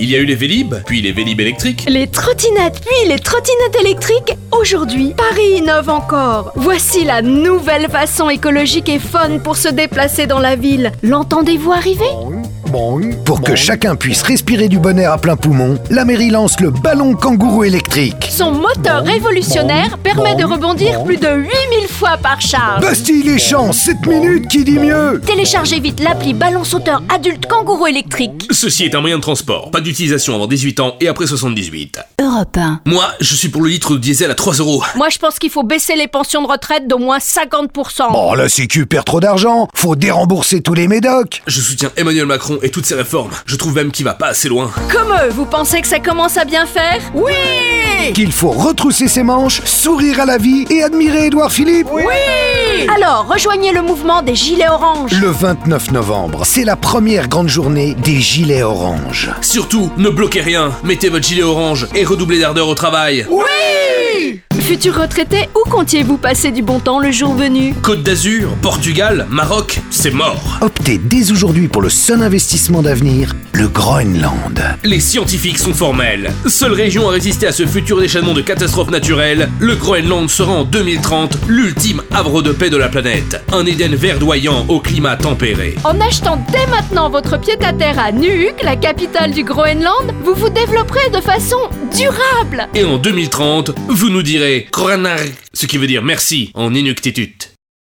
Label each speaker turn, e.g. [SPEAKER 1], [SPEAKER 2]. [SPEAKER 1] Il y a eu les Vélib, puis les Vélib électriques.
[SPEAKER 2] Les trottinettes, puis les trottinettes électriques. Aujourd'hui, Paris innove encore. Voici la nouvelle façon écologique et fun pour se déplacer dans la ville. L'entendez-vous arriver
[SPEAKER 3] Pour que chacun puisse respirer du bon air à plein poumon, la mairie lance le ballon kangourou électrique.
[SPEAKER 2] Son moteur révolutionnaire permet de rebondir plus de 8000 fois par charge.
[SPEAKER 3] Basti, les champs, 7 minutes, qui dit mieux
[SPEAKER 2] Téléchargez vite l'appli Ballon Sauteur Adulte Kangourou Électrique.
[SPEAKER 1] Ceci est un moyen de transport, pas d'utilisation avant 18 ans et après 78.
[SPEAKER 4] Europe 1,
[SPEAKER 1] Moi, je suis pour le litre de diesel à 3 euros.
[SPEAKER 2] Moi, je pense qu'il faut baisser les pensions de retraite d'au moins 50%.
[SPEAKER 3] Bon, la sécu perd trop d'argent, faut dérembourser tous les médocs.
[SPEAKER 1] Je soutiens Emmanuel Macron et toutes ses réformes. Je trouve même qu'il va pas assez loin.
[SPEAKER 2] Comme eux, vous pensez que ça commence à bien faire Oui
[SPEAKER 3] Qu'il faut retrousser ses manches, sourire à la vie et admirer Édouard Philippe.
[SPEAKER 2] Alors, rejoignez le mouvement des Gilets oranges.
[SPEAKER 3] Le 29 novembre, c'est la première grande journée des Gilets oranges.
[SPEAKER 1] Surtout, ne bloquez rien, mettez votre gilet orange et redoublez d'ardeur au travail.
[SPEAKER 2] Futur retraité, où comptiez-vous passer du bon temps le jour venu
[SPEAKER 1] Côte d'Azur, Portugal, Maroc, c'est mort.
[SPEAKER 3] Optez dès aujourd'hui pour le seul investissement d'avenir, le Groenland.
[SPEAKER 1] Les scientifiques sont formels. Seule région à résister à ce futur déchaînement de catastrophes naturelles, le Groenland sera en 2030 l'ultime havre de paix de la planète. Un Éden verdoyant au climat tempéré.
[SPEAKER 2] En achetant dès maintenant votre pied-à-terre à Nuuk, la capitale du Groenland, vous vous développerez de façon durable.
[SPEAKER 1] Et en 2030, vous nous direz Kronar, ce qui veut dire merci en inuktitut.